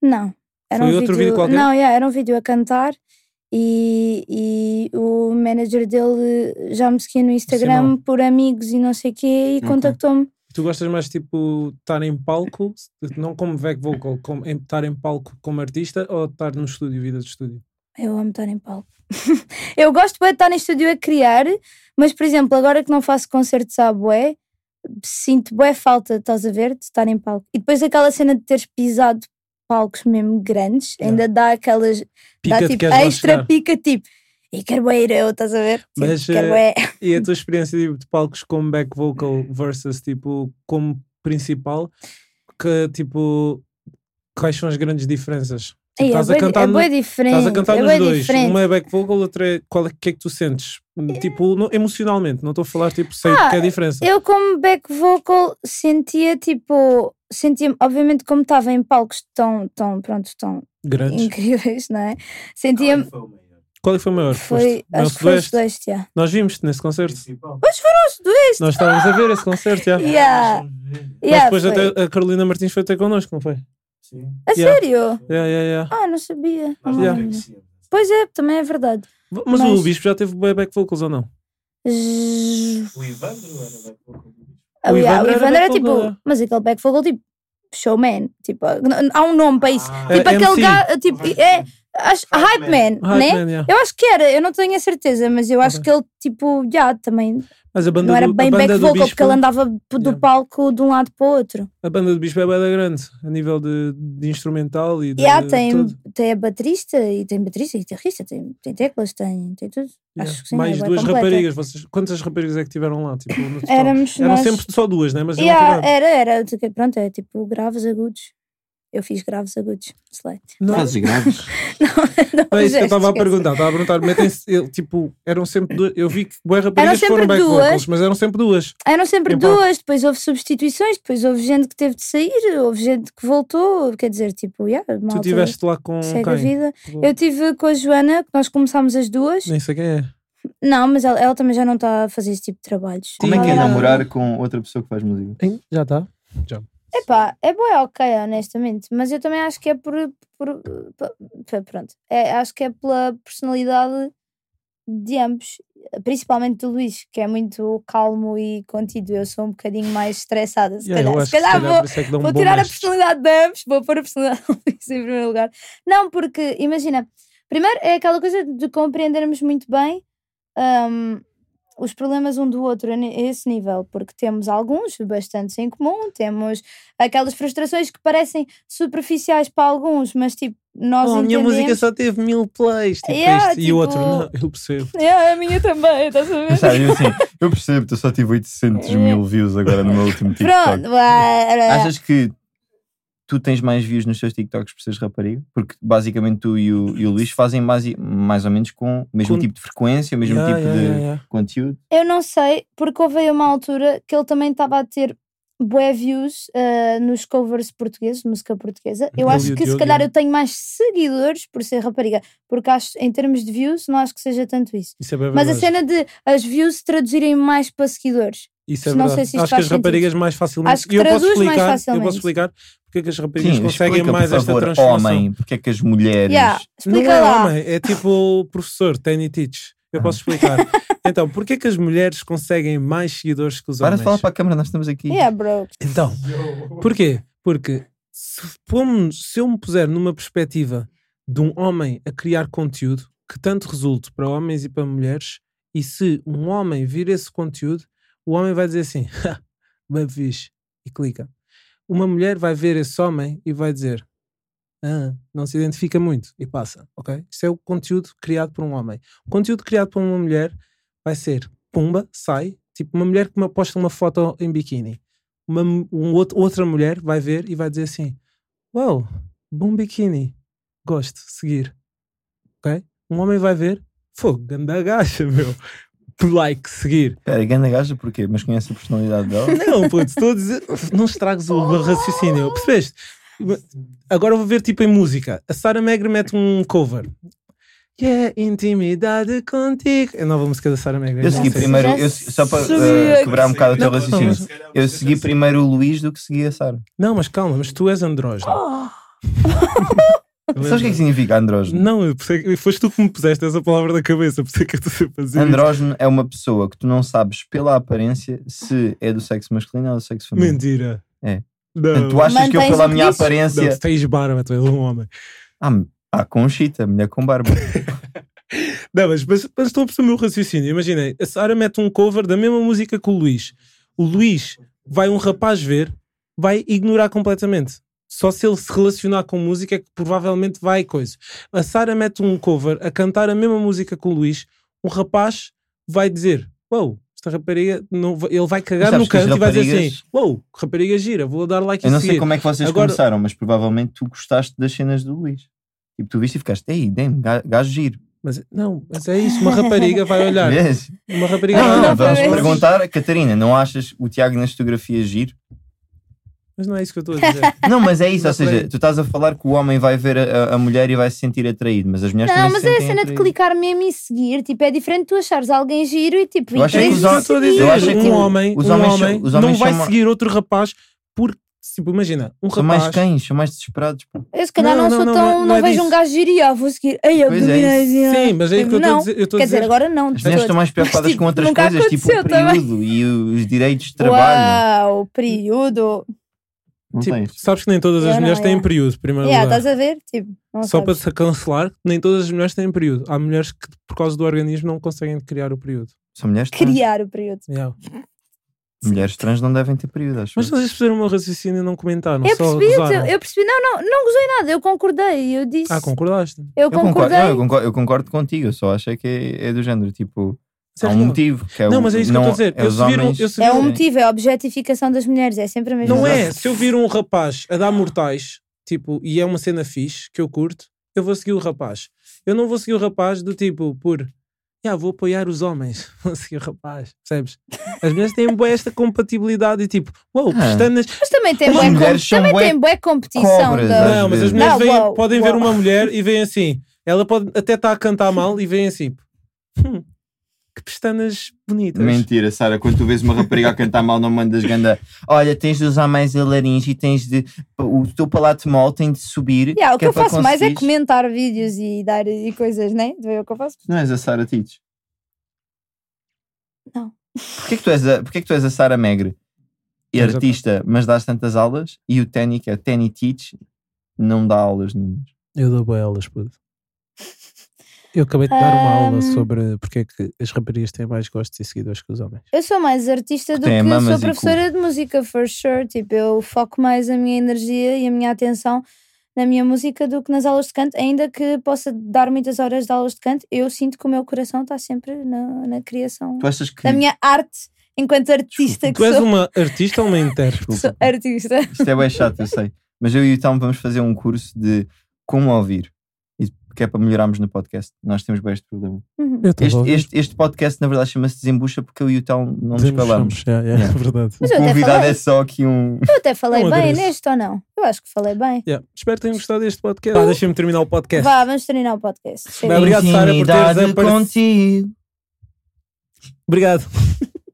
Speaker 2: Não, era
Speaker 1: Foi
Speaker 2: um
Speaker 1: outro
Speaker 2: vídeo,
Speaker 1: vídeo qualquer?
Speaker 2: Não, yeah, era um vídeo a cantar e, e o manager dele já me seguia no Instagram por amigos e não sei o quê e
Speaker 3: Ok.
Speaker 2: contactou-me.
Speaker 1: Tu gostas mais tipo estar em palco, não como back vocal, como em- estar em palco como artista ou estar no estúdio, vida de estúdio?
Speaker 2: Eu amo estar em palco. (laughs) eu gosto bem de estar em estúdio a criar, mas, por exemplo, agora que não faço concertos à bué, sinto bué falta, estás a ver, de estar em palco. E depois aquela cena de teres pisado palcos mesmo grandes,
Speaker 1: Yeah.
Speaker 2: ainda dá aquelas...
Speaker 1: Pica
Speaker 2: dá
Speaker 1: de
Speaker 2: tipo
Speaker 1: queres lá
Speaker 2: extra
Speaker 1: chegar.
Speaker 2: pica, tipo... E quero bué ir eu, estás a ver? Tipo,
Speaker 1: Mas,
Speaker 2: quero
Speaker 1: eh,
Speaker 2: bué.
Speaker 1: E a tua experiência tipo, de palcos como back vocal versus tipo como principal, que tipo, quais são as grandes diferenças? Tipo,
Speaker 2: Ei,
Speaker 1: estás,
Speaker 2: é
Speaker 1: a
Speaker 2: bué,
Speaker 1: cantar
Speaker 2: é
Speaker 1: no-
Speaker 2: bué diferente.
Speaker 1: estás a cantar
Speaker 2: é
Speaker 1: nos
Speaker 2: bué
Speaker 1: dois,
Speaker 2: diferente. Eh,
Speaker 1: uma é back vocal, outra é. Qual é que é que tu sentes? Tipo, no- emocionalmente, não estou a falar tipo, sei o que é a diferença.
Speaker 2: Eu, como back vocal, sentia tipo. Sentia, obviamente, como estava em palcos tão, tão, pronto, tão
Speaker 1: Grandes.
Speaker 2: incríveis, não é? Sentia-me.
Speaker 4: foi o maior.
Speaker 1: Qual é que foi o maior?
Speaker 2: Foi,
Speaker 1: Foste? Não,
Speaker 2: acho que foi o
Speaker 1: Sudoeste?
Speaker 2: Sudoeste, yeah.
Speaker 1: Nós vimos-te nesse concerto.
Speaker 4: Principal.
Speaker 1: Nós estávamos a ver esse concerto, já.
Speaker 2: Yeah.
Speaker 1: Mas
Speaker 2: (laughs) Yeah,
Speaker 1: depois
Speaker 2: foi.
Speaker 1: até a Carolina Martins foi até connosco, não foi?
Speaker 4: Sim.
Speaker 2: A
Speaker 1: Yeah.
Speaker 2: sério?
Speaker 1: Yeah, yeah, yeah.
Speaker 2: Ah, não sabia.
Speaker 4: Nós
Speaker 1: Yeah.
Speaker 4: não conhecíamos.
Speaker 2: Pois é, também é verdade.
Speaker 1: Mas, o
Speaker 2: Mas-
Speaker 1: Bispo já teve bué back vocals ou não?
Speaker 2: Zzz.
Speaker 4: O Ivandro era da Coca
Speaker 2: Ah,
Speaker 1: O Ivandro era
Speaker 2: yeah, O Ivandro era
Speaker 1: back vocal, é.
Speaker 2: tipo. Mas aquele back vocal, tipo. Showman. Tipo, n- n- há um nome para isso.
Speaker 4: Ah,
Speaker 2: Tipo,
Speaker 1: É,
Speaker 2: aquele
Speaker 1: MC.
Speaker 2: gajo. Tipo, é. Acho,
Speaker 4: Hype
Speaker 2: hype Man,
Speaker 1: Ah,
Speaker 2: né?
Speaker 1: man, yeah.
Speaker 2: Eu acho que era, eu não tenho a certeza, mas eu acho
Speaker 1: Ok.
Speaker 2: que ele, tipo, já também
Speaker 1: Mas a banda
Speaker 2: não era
Speaker 1: do,
Speaker 2: bem
Speaker 1: a banda
Speaker 2: back
Speaker 1: do
Speaker 2: vocal,
Speaker 1: Bispo,
Speaker 2: porque ele andava do
Speaker 1: Yeah.
Speaker 2: palco de um lado para o outro.
Speaker 1: A banda do Bispo é bué da grande, a nível de, de instrumental e de.
Speaker 2: E há,
Speaker 1: de
Speaker 2: tem,
Speaker 1: tudo.
Speaker 2: tem a baterista, e tem baterista, e guitarrista, tem, tem teclas, tem, tem tudo.
Speaker 1: Yeah.
Speaker 2: Acho que sim,
Speaker 1: Mais
Speaker 2: é bué
Speaker 1: duas
Speaker 2: completa.
Speaker 1: raparigas. Vocês, quantas raparigas é que tiveram lá? Tipo, no total?
Speaker 2: Éramos
Speaker 1: Eram
Speaker 2: nós.
Speaker 1: sempre só duas, né? Mas eram
Speaker 2: Yeah,
Speaker 1: tiradas.
Speaker 2: era, era, tu- pronto, é tipo graves agudos. Eu fiz graves agudos, select.
Speaker 1: Não,
Speaker 3: Fazes graves.
Speaker 2: (laughs) Não, não,
Speaker 1: não é isso que eu
Speaker 2: gente,
Speaker 1: estava a
Speaker 2: é- esquece.
Speaker 1: perguntar. Estava a perguntar, metem-se. eu, Tipo, eram sempre duas. Eu vi que bué raparigas
Speaker 2: sempre
Speaker 1: foram back
Speaker 2: duas.
Speaker 1: vocals, mas eram sempre duas.
Speaker 2: Eram sempre
Speaker 1: Em palco.
Speaker 2: duas, depois houve substituições, depois houve gente que teve de sair, houve gente que voltou, quer dizer, tipo, yeah,
Speaker 1: Tu
Speaker 2: malta,
Speaker 1: estiveste lá com
Speaker 2: segue a
Speaker 1: quem? Tipo,
Speaker 2: vida. Eu tive com a Joana, que nós começámos as duas.
Speaker 1: Nem sei quem é.
Speaker 2: Não, mas ela, ela também já não está a fazer esse tipo de trabalhos.
Speaker 3: Como é que é
Speaker 1: Sim.
Speaker 2: Ela-
Speaker 3: namorar com outra pessoa que faz música?
Speaker 1: Já tá? está.
Speaker 2: Epá, é boa, é ok, honestamente. Mas eu também acho que é por. por- por- por- pronto. É, acho que é pela personalidade de ambos. Principalmente do Luís, que é muito calmo e contido. Eu sou um bocadinho mais estressada. Se
Speaker 1: Yeah, eu
Speaker 2: calhar,
Speaker 1: acho
Speaker 2: se
Speaker 1: que
Speaker 2: calhar vou,
Speaker 1: por isso é que dá um
Speaker 2: vou
Speaker 1: bom
Speaker 2: tirar a
Speaker 1: match.
Speaker 2: personalidade de ambos, vou pôr a personalidade (laughs) do Luís em primeiro lugar. Não, porque, imagina, primeiro é aquela coisa de compreendermos muito bem hum, os problemas um do outro a ni- a esse nível, porque temos alguns bastante em comum, temos aquelas frustrações que parecem superficiais para alguns, mas tipo, nós
Speaker 1: Oh, a minha
Speaker 2: entendemos.
Speaker 1: música só teve mil plays. Tipo
Speaker 2: Yeah,
Speaker 1: este. E o outro,
Speaker 2: tipo-
Speaker 1: não, eu percebo.
Speaker 2: (laughs) É, a minha também, estás a
Speaker 1: é
Speaker 2: ver?
Speaker 5: Sabe, assim, eu percebo, eu só tive 800 mil views agora no meu último TikTok.
Speaker 2: Pronto,
Speaker 1: é.
Speaker 2: vá.
Speaker 3: Achas que tu tens mais views nos teus TikToks por seres rapariga? Porque basicamente tu e o, e o Luís fazem mais, mais ou menos com o mesmo
Speaker 1: Com-
Speaker 3: tipo de frequência, o mesmo
Speaker 1: Yeah,
Speaker 3: tipo
Speaker 1: yeah,
Speaker 3: de
Speaker 1: yeah, yeah.
Speaker 3: conteúdo.
Speaker 2: Eu não sei, porque houve aí uma altura que ele também estava a ter bué views ah, nos covers portugueses, de música portuguesa. Eu
Speaker 1: Ele e
Speaker 2: acho
Speaker 1: o
Speaker 2: que se
Speaker 1: Diogo,
Speaker 2: calhar
Speaker 1: é.
Speaker 2: eu tenho mais seguidores por ser rapariga, porque acho, em termos de views, não acho que seja tanto isso.
Speaker 1: Isso é bem
Speaker 2: Mas
Speaker 1: verdade.
Speaker 2: a cena de as views se traduzirem mais para seguidores.
Speaker 1: Isso é
Speaker 2: não
Speaker 1: verdade.
Speaker 2: sei se isto
Speaker 1: Acho que
Speaker 2: faz
Speaker 1: as raparigas mais facilmente.
Speaker 2: Acho que
Speaker 1: E eu posso
Speaker 2: traduz mais
Speaker 1: explicar, Eu
Speaker 2: facilmente.
Speaker 1: posso explicar porque é que as raparigas
Speaker 3: Sim,
Speaker 1: conseguem
Speaker 3: explica,
Speaker 1: mais
Speaker 3: por
Speaker 1: esta
Speaker 3: favor,
Speaker 1: transformação.
Speaker 3: homem, porque é que as mulheres...
Speaker 2: Yeah,
Speaker 1: Não
Speaker 2: explica
Speaker 1: é
Speaker 2: lá.
Speaker 1: homem, é tipo professor, tiny teach. Eu
Speaker 3: Ah.
Speaker 1: posso explicar.
Speaker 3: (laughs)
Speaker 1: então, porque é que as mulheres conseguem mais seguidores que os
Speaker 3: Para
Speaker 1: homens?
Speaker 3: de falar para a câmara, nós estamos aqui.
Speaker 2: Yeah, bro.
Speaker 1: Então, porquê? Porque se, pomos- se eu me puser numa perspectiva de um homem a criar conteúdo que tanto resulte para homens e para mulheres, e se um homem vir esse conteúdo, o homem vai dizer assim, "Ha, bem fixe, e clica. Uma mulher vai ver esse homem e vai dizer, ah, não se identifica muito, e passa, ok? Isto é o conteúdo criado por um homem. O conteúdo criado por uma mulher vai ser, pumba, sai, tipo uma mulher que me posta uma foto em biquíni uma, mu- um outro, outra mulher vai ver e vai dizer assim: Uau, bom biquíni, gosto, seguir. Ok? Um homem vai ver, fogo, ganda gacha, (laughs) meu. Like, seguir.
Speaker 3: Espera, ganda gaja porquê? Mas conhece a personalidade dela?
Speaker 1: (laughs) Não, puto, estou a dizer, não estragues o raciocínio, percebeste? Agora vou ver tipo em música. A Sarah Megre mete um cover. Que é intimidade contigo. É a nova música da Sarah Megre.
Speaker 3: Eu segui
Speaker 1: não sei.
Speaker 3: primeiro, eu, se- só para
Speaker 2: Sabia
Speaker 3: eh, quebrar um bocado o teu
Speaker 1: Não,
Speaker 3: raciocínio.
Speaker 1: não,
Speaker 3: Eu segui primeiro o Luís do que segui a Sara.
Speaker 1: Não, mas calma, mas tu és
Speaker 3: Ah,
Speaker 1: andrógeno.
Speaker 2: Oh,
Speaker 3: Sabes o que é que significa andrógeno?
Speaker 1: Não, eu pensei- foste tu que me puseste essa palavra na cabeça, por isso é que eu estou sempre a dizer. isto.
Speaker 3: Andrógeno é uma pessoa que tu não sabes pela aparência se é do sexo masculino ou do sexo feminino.
Speaker 1: Mentira.
Speaker 3: É.
Speaker 1: Não.
Speaker 3: Portanto, tu achas que eu
Speaker 2: Mantens
Speaker 3: pela
Speaker 2: o que
Speaker 3: minha
Speaker 2: dizes?
Speaker 1: não,
Speaker 3: aparência...
Speaker 1: tu tens barba, tu és um homem.
Speaker 3: Ah, ah, Conchita, mulher com barba.
Speaker 1: Não, mas, mas, mas estão a perceber o meu raciocínio. Imaginem, a Sara mete um cover da mesma música que o Luís. O Luís vai um rapaz ver, vai ignorar completamente. Só se ele se relacionar com música é que provavelmente vai coisa. A Sara mete um cover a cantar a mesma música que o Luís. Um rapaz vai dizer: Uau, esta rapariga, não, vai- ele vai cagar
Speaker 3: Sabes
Speaker 1: no
Speaker 3: que as
Speaker 1: canto e vai dizer assim:
Speaker 3: raparigas-
Speaker 1: Uau, rapariga gira, vou dar like
Speaker 3: Eu
Speaker 1: e
Speaker 3: não
Speaker 1: seguir.
Speaker 3: sei como é que vocês
Speaker 1: Agora-
Speaker 3: começaram, mas provavelmente tu gostaste das cenas do Luís. Tipo, tu viste e ficaste, ei, damn, ga- gajo giro.
Speaker 1: Mas, não, mas é isso. Uma rapariga vai olhar.
Speaker 3: (laughs) Vês?
Speaker 1: Uma rapariga
Speaker 3: Não,
Speaker 1: vai
Speaker 3: não,
Speaker 1: olhar.
Speaker 2: dá
Speaker 3: vamos
Speaker 2: para ver.
Speaker 3: perguntar a Catarina, não achas o Tiago nas fotografias giro?
Speaker 1: Mas não é isso que eu estou a dizer.
Speaker 3: Não, mas é isso, ou
Speaker 1: Mas
Speaker 3: seja,
Speaker 1: peraí.
Speaker 3: tu estás a falar que o homem vai ver a, a- a mulher e vai se sentir atraído, mas as mulheres
Speaker 2: Não,
Speaker 3: também
Speaker 2: mas
Speaker 3: se
Speaker 2: é a
Speaker 3: sentem
Speaker 2: cena de
Speaker 3: atraídas.
Speaker 2: clicar mesmo e seguir. Tipo, é diferente tu achares alguém giro e tipo,
Speaker 3: Eu acho
Speaker 1: É
Speaker 3: que
Speaker 1: isso
Speaker 3: os
Speaker 1: que eu
Speaker 3: homens-
Speaker 1: estou a dizer.
Speaker 3: eu acho que
Speaker 1: um homem,
Speaker 3: os
Speaker 1: um
Speaker 3: homens são-
Speaker 1: homem
Speaker 3: os
Speaker 1: não
Speaker 3: homens
Speaker 1: vai
Speaker 3: são ma-
Speaker 1: seguir outro rapaz porque, tipo, imagina, um
Speaker 3: São mais
Speaker 1: rapaz.
Speaker 3: cães, são mais desesperados. pô.
Speaker 2: Eu se calhar
Speaker 1: Não,
Speaker 2: não,
Speaker 1: não,
Speaker 2: sou
Speaker 1: não,
Speaker 2: tão.
Speaker 1: não é-
Speaker 2: Não,
Speaker 1: não é
Speaker 2: vejo
Speaker 1: disso.
Speaker 2: um gajo giro e ah, vou seguir. Ei,
Speaker 3: Pois é,
Speaker 2: abdominais. ah.
Speaker 1: Sim, mas é isso que eu estou a
Speaker 2: Não.
Speaker 1: dizer. Eu estou a
Speaker 2: Quer dizer,
Speaker 1: dizer.
Speaker 2: agora não. tipo,
Speaker 3: As mulheres estão mais preocupadas
Speaker 2: Mas,
Speaker 3: com
Speaker 2: tipo,
Speaker 3: outras
Speaker 2: nunca
Speaker 3: coisas, tipo o
Speaker 2: aconteceu também.
Speaker 3: período e o- os direitos de trabalho.
Speaker 2: Uau, período.
Speaker 3: Não
Speaker 1: tipo,
Speaker 3: tens?
Speaker 1: sabes que nem todas as
Speaker 2: Eu não,
Speaker 1: mulheres têm
Speaker 2: yeah.
Speaker 1: período, em primeiro
Speaker 2: Yeah,
Speaker 1: lugar.
Speaker 2: estás a ver? Tipo, não
Speaker 1: é Só para
Speaker 2: sabes.
Speaker 1: se cancelar, nem todas as mulheres têm período. Há mulheres que, por causa do organismo, não conseguem criar o período.
Speaker 3: São mulheres trans.
Speaker 2: criar o período.
Speaker 1: Yeah.
Speaker 3: Mulheres trans não devem ter período, acho.
Speaker 1: Mas
Speaker 3: eu.
Speaker 1: vocês fizeram o meu raciocínio e não comentaram.
Speaker 2: Eu
Speaker 1: só
Speaker 2: percebi, eu,
Speaker 1: gozaram.
Speaker 2: eu percebi. Não, não, não gozei nada. Eu concordei. Eu disse.
Speaker 1: Ah, concordaste.
Speaker 2: Eu
Speaker 3: Eu concordo,
Speaker 2: concordei.
Speaker 3: não, eu, concordo, eu concordo contigo, eu só achei que é, é do género, tipo, há
Speaker 1: Sabes
Speaker 3: um
Speaker 1: que-
Speaker 3: motivo. Que é
Speaker 1: Não,
Speaker 3: o-
Speaker 1: mas é isso
Speaker 3: não,
Speaker 1: que eu estou a dizer.
Speaker 3: É
Speaker 1: eu
Speaker 3: os
Speaker 1: se vir um-
Speaker 3: homens.
Speaker 1: eu se
Speaker 2: É
Speaker 1: vir
Speaker 2: um
Speaker 1: um-
Speaker 2: motivo, é a objetificação das mulheres. É sempre a mesma
Speaker 1: Não
Speaker 2: coisa.
Speaker 1: é, se eu vir um rapaz a dar mortais, tipo, e é uma cena fixe, que eu curto, eu vou seguir o rapaz. Eu não vou seguir o rapaz do tipo, por, já, vou apoiar os homens, (laughs) vou seguir o rapaz, percebes? As mulheres têm bué esta compatibilidade e tipo, uau,
Speaker 3: Ah.
Speaker 1: pestanas.
Speaker 2: Mas também tem
Speaker 3: As
Speaker 2: bué,
Speaker 3: mulheres
Speaker 2: com-
Speaker 3: são
Speaker 2: também
Speaker 3: bué
Speaker 2: tem bué competição.
Speaker 3: cobras,
Speaker 2: da-
Speaker 3: às
Speaker 1: Não, mas as
Speaker 3: vezes.
Speaker 1: mulheres
Speaker 2: Não,
Speaker 1: veem-
Speaker 2: uau,
Speaker 1: podem ver
Speaker 2: uau.
Speaker 1: uma mulher e veem assim, ela pode até estar a cantar mal e veem assim, hum, que pestanas bonitas.
Speaker 3: Mentira, Sara, quando tu vês uma rapariga a cantar mal, não mandas ganda. Olha, tens de usar mais a laringe e tens de. O teu palato mol tem de subir.
Speaker 2: Yeah, o que,
Speaker 3: é
Speaker 2: eu
Speaker 3: para
Speaker 2: faço mais é
Speaker 3: conseguires."
Speaker 2: comentar vídeos e dar e coisas, né? Tu vês o que eu faço?
Speaker 3: Tu não és a Sara Teach?
Speaker 2: Não.
Speaker 3: Porquê que tu és a, porquê que tu és a Sara Megre? E
Speaker 1: Pois é.
Speaker 3: artista, mas dás tantas aulas e o Tenny, que é Tenny Teach, não dá aulas nenhumas.
Speaker 1: Eu dou boa elas, puto. Eu acabei de dar uma aula
Speaker 2: Ahm.
Speaker 1: sobre porque é que as raparigas têm mais gostos e seguidores que os homens.
Speaker 2: Eu sou mais artista do
Speaker 3: Tem
Speaker 2: que
Speaker 3: mamas
Speaker 2: sou
Speaker 3: e
Speaker 2: professora de música, for sure. Tipo, eu foco mais a minha energia e a minha atenção na minha música do que nas aulas de canto, ainda que possa dar muitas horas de aulas de canto, eu sinto que o meu coração está sempre na, na criação
Speaker 3: Tu assim. achas que.
Speaker 2: da minha arte enquanto artista que
Speaker 1: Tu és um
Speaker 2: (laughs) sou.
Speaker 1: uma artista ou uma
Speaker 2: (laughs)
Speaker 1: intérprete?
Speaker 2: Sou artista.
Speaker 3: (laughs) Isto é bem chato, eu sei. Mas eu e o Tom vamos fazer um curso de como ouvir. E porque é para melhorarmos no podcast. Nós temos bem este problema.
Speaker 2: Uhum.
Speaker 1: Eu
Speaker 3: Este,
Speaker 1: tava-
Speaker 3: este, este podcast, na verdade, chama-se Desembucha porque eu e o tal não nos
Speaker 1: dizemos
Speaker 3: calamos.
Speaker 1: somos, yeah, yeah, (laughs)
Speaker 3: Yeah.
Speaker 1: é verdade.
Speaker 2: Mas
Speaker 3: O
Speaker 2: eu até
Speaker 3: convidado
Speaker 2: falei.
Speaker 3: é só aqui um.
Speaker 2: Eu até falei
Speaker 1: Não
Speaker 2: bem
Speaker 1: adereço.
Speaker 2: neste ou não? Eu acho que falei bem.
Speaker 1: Yeah. Espero que tenham gostado deste podcast. Ah, Deixem-me terminar o podcast.
Speaker 2: Vá, vamos terminar o podcast. Chega.
Speaker 1: Obrigado, Sara, por teres
Speaker 3: Intimidade
Speaker 1: aparecido.
Speaker 3: contigo.
Speaker 1: Obrigado.